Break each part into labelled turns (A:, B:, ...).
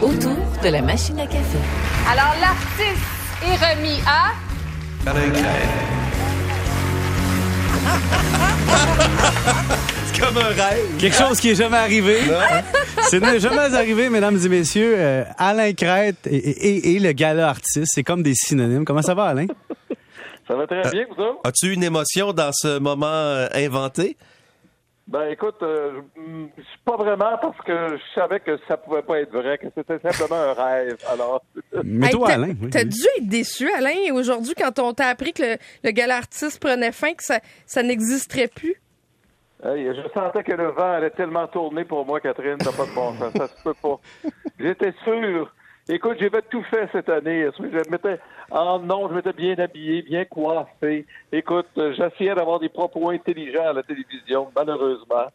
A: de la machine à café.
B: Alors, l'artiste est remis à.
C: Alain Claire. C'est comme un rêve.
D: Quelque chose qui est jamais arrivé. Ce n'est jamais arrivé, mesdames et messieurs. Euh, Alain Crête et, et- et le gala artiste, c'est comme des synonymes. Comment ça va, Alain?
E: Ça va
C: Euh.
E: très bien, vous autres?
C: As-tu une émotion dans ce moment euh, inventé?
E: Ben écoute, euh, je- mm, je suis pas vraiment parce que je savais que ça pouvait pas être vrai, que c'était simplement un rêve. Alors,
D: Mais toi,
F: Hey, t'as-
D: Alain. oui,
F: T'as
D: oui.
F: dû être déçu, Alain, et aujourd'hui, quand on t'a appris que le, le gala artiste prenait fin, que ça, ça n'existerait plus.
E: hey, je sentais que le vent allait tellement tourner pour moi, Catherine, t'as pas de bon sens, ça se peut pas. J'étais sûr. Écoute, j'avais tout fait cette année. Je m'étais en nom, je m'étais bien habillé, bien coiffé. Écoute, euh, j'essayais d'avoir des propos intelligents à la télévision, malheureusement.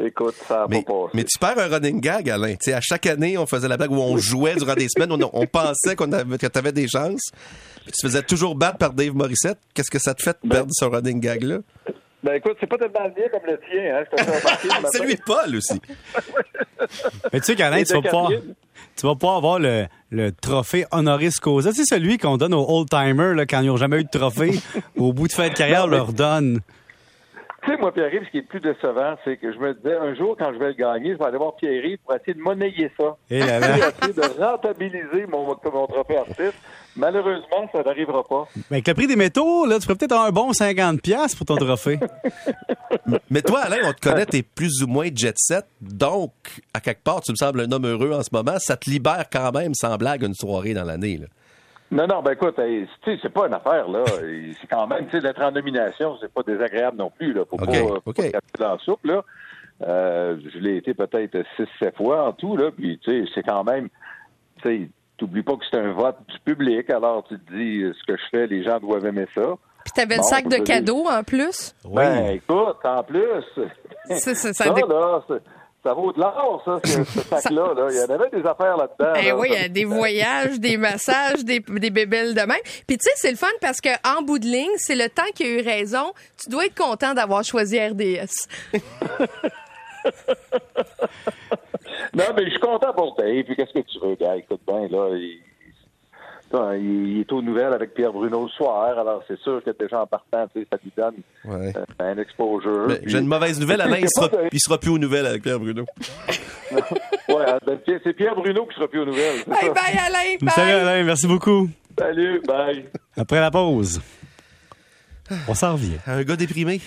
E: Écoute, ça a
C: Mais,
E: pas passé.
C: mais tu perds un running gag, Alain. Tu sais, à chaque année, on faisait la blague où on jouait durant des semaines. On, on pensait qu'on avait, que tu avais des chances. Puis tu te faisais toujours battre par Dave Morissette. Qu'est-ce que ça te fait de perdre ce running gag-là?
E: Ben écoute, c'est pas tellement bien comme le tien, hein. Je te fais remarquer ce matin.
C: C'est lui de Paul aussi.
D: Mais tu sais qu'Alain,
E: Et
D: tu
E: de
D: vas pouvoir,
E: Catherine.
D: tu vas pouvoir avoir le, le trophée honoris causa. C'est celui qu'on donne aux old-timers là, quand ils n'ont jamais eu de trophée. au bout de fin de carrière, on leur donne.
E: Tu sais, moi, Pierre-Yves, ce qui est le plus décevant, c'est que je me disais, un jour, quand je vais le gagner, je vais aller voir Pierre-Yves pour essayer de monnayer ça.
D: Et Eh
C: Ah
D: là, là.
E: essayer de rentabiliser mon, mon trophée artiste. Malheureusement, ça n'arrivera pas.
D: Mais avec le prix des métaux, là, tu pourrais peut-être avoir un bon 50$ pour ton trophée.
C: Mais toi, Alain, on te connaît, t'es plus ou moins jet set. Donc, à quelque part, tu me sembles un homme heureux en ce moment. Ça te libère quand même, sans blague, une soirée dans l'année. là.
E: Non, non, ben écoute, hey, tu sais, c'est pas une affaire, là. Et C'est quand même, tu sais, d'être en nomination, c'est pas désagréable non plus, là. Faut
C: OK,
E: pas, euh, faut
C: OK.
E: pas taper dans la soupe, là. Euh, je l'ai été peut-être six, sept fois en tout, là. Puis, tu sais, c'est quand même, tu sais, t'oublies pas que c'est un vote du public. Alors, tu te dis, euh, ce que je fais, les gens doivent aimer ça.
F: Puis t'avais le
E: Bon,
F: sac de
E: je-
F: cadeaux en plus.
E: Ben, écoute, en plus,
F: C'est- c'est- ça
E: ça,
F: dé-
E: là, c'est- ça vaut de l'or, ça, ce, ce sac-là. Là. Il y en avait des affaires là-dedans.
F: Ben
E: là.
F: oui, il y a des voyages, des massages, des, des bébelles de même. Puis tu sais, c'est le fun parce que en bout de ligne, c'est le temps qui a eu raison. Tu dois être content d'avoir choisi RDS.
E: Non, mais je suis content pour Dave. Puis qu'est-ce que tu veux, gars? Écoute bien, là, il... putain, il- il est aux nouvelles avec Pierre Bruno ce soir. Alors, c'est sûr que déjà en partant, tu sais, ça lui donne
C: Ouais.
E: euh, un exposure.
C: Mais
E: puis-
C: J'ai une mauvaise nouvelle, Alain. Il
E: C'est
C: sera,
E: pas de-
C: il sera plus aux nouvelles avec Pierre Bruno.
E: Ouais, ben, Pierre- c'est Pierre Bruno qui sera plus aux nouvelles. c'est
F: Bye
E: ça.
F: bye Alain,
D: Salut,
F: bye.
D: Alain. Merci beaucoup.
E: Salut, bye.
D: Après la pause, on s'en revient.
C: Un gars déprimé.